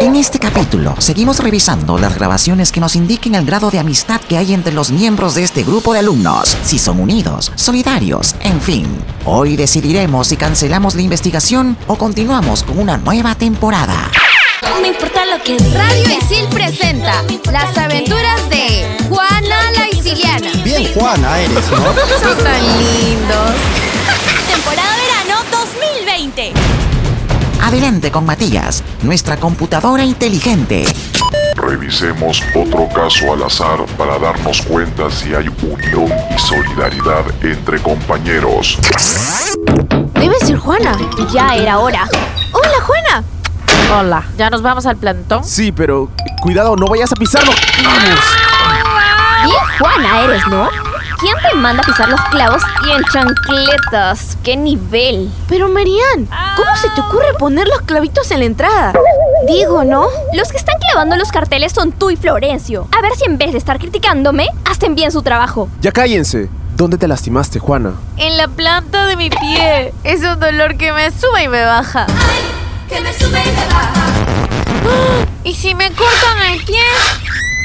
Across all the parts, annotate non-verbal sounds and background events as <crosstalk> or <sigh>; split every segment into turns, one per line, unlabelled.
En este capítulo seguimos revisando las grabaciones que nos indiquen el grado de amistad que hay entre los miembros de este grupo de alumnos, si son unidos, solidarios, en fin. Hoy decidiremos si cancelamos la investigación o continuamos con una nueva temporada.
No importa lo que
Radio Isil presenta Las aventuras de Juana la Isiliana.
<laughs>
Bien Juana eres, ¿no?
Son tan lindos.
Temporada verano 2020.
Adelante con Matías, nuestra computadora inteligente.
Revisemos otro caso al azar para darnos cuenta si hay unión y solidaridad entre compañeros.
Debe ser Juana.
Ya era hora.
Hola, Juana.
Hola, ¿ya nos vamos al plantón?
Sí, pero cuidado, no vayas a pisarlo. Vamos.
Bien Juana eres, ¿no? ¿Quién te manda a pisar los clavos y en chancletas? ¡Qué nivel!
Pero Marian, ¿cómo se te ocurre poner los clavitos en la entrada? Digo, ¿no?
Los que están clavando los carteles son tú y Florencio. A ver si en vez de estar criticándome, hacen bien su trabajo.
Ya cállense. ¿Dónde te lastimaste, Juana?
En la planta de mi pie. Es un dolor que me sube y me baja.
que me sube y me baja.
¿Y si me cortan el pie?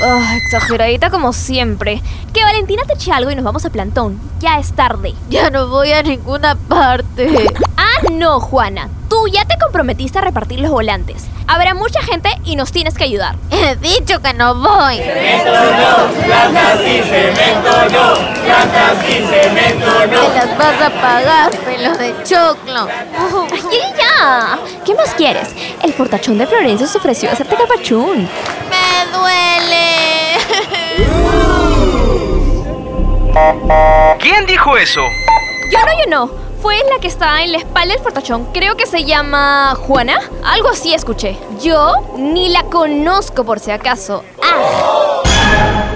Ah, exageradita como siempre. Que Valentina te eche algo y nos vamos a plantón. Ya es tarde.
Ya no voy a ninguna parte.
Ah, no, Juana. Tú ya te comprometiste a repartir los volantes. Habrá mucha gente y nos tienes que ayudar.
He dicho que no voy. Me las vas a pagar, pelo de choclo.
Ay, ya, ya. ¿Qué más quieres? El portachón de Florencia se ofreció a hacerte capachún.
Me duele.
¿Quién dijo eso?
Yo no, yo no. Fue la que está en la espalda del portachón. Creo que se llama Juana. Algo así escuché. Yo ni la conozco por si acaso. Ah,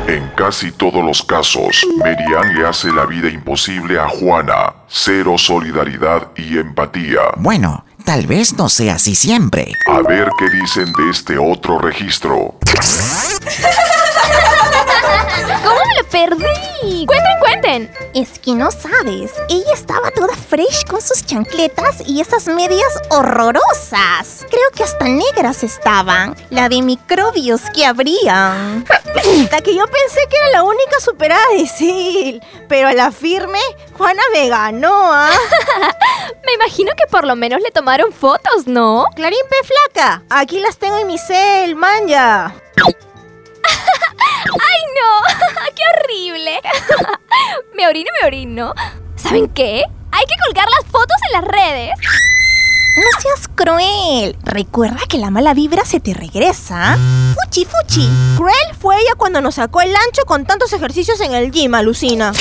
En casi todos los casos, Merian le hace la vida imposible a Juana. Cero solidaridad y empatía.
Bueno, tal vez no sea así siempre.
A ver qué dicen de este otro registro.
¿Cómo me lo perdí? Cuenten, cuenten.
Es que no sabes, ella estaba toda fresh con sus chancletas y esas medias horrorosas. Creo que hasta negras estaban, la de microbios que abrían.
La que yo pensé que era la única superada de Sil, pero a la firme, Juana me ganó, ¿ah?
Me imagino que por lo menos le tomaron fotos, ¿no?
Clarín P. Flaca, aquí las tengo en mi cel, manja.
¡Ay, no! <laughs> ¡Qué horrible! me orino, me orino. ¿Saben qué? Hay que colgar las fotos en las redes.
No seas cruel. Recuerda que la mala vibra se te regresa. Fuchi, fuchi.
Cruel fue ella cuando nos sacó el ancho con tantos ejercicios en el gym, alucina.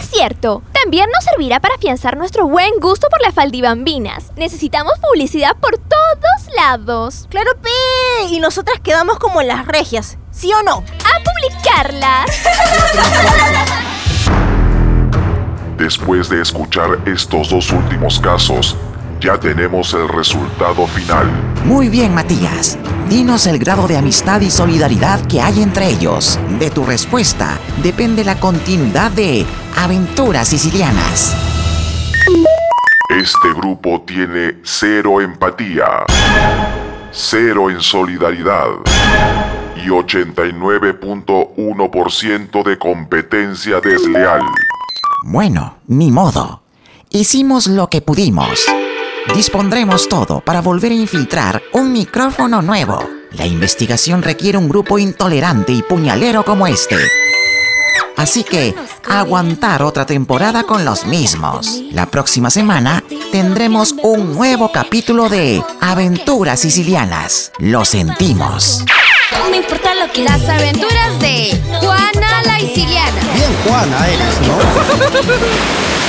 Es cierto, también nos servirá para afianzar nuestro buen gusto por las faldibambinas. Necesitamos publicidad por todos lados.
Claro, P. Y nosotras quedamos como las regias, ¿sí o no?
¡A publicarlas!
Después de escuchar estos dos últimos casos, ya tenemos el resultado final.
Muy bien, Matías. Dinos el grado de amistad y solidaridad que hay entre ellos. De tu respuesta depende la continuidad de Aventuras Sicilianas.
Este grupo tiene cero empatía, cero en solidaridad y 89.1% de competencia desleal.
Bueno, ni modo. Hicimos lo que pudimos. Dispondremos todo para volver a infiltrar un micrófono nuevo. La investigación requiere un grupo intolerante y puñalero como este. Así que, aguantar otra temporada con los mismos. La próxima semana tendremos un nuevo capítulo de Aventuras Sicilianas. Lo sentimos.
<laughs> No importa lo que
Las aventuras de Juana la Isiliana.
Bien Juana eres, ¿no?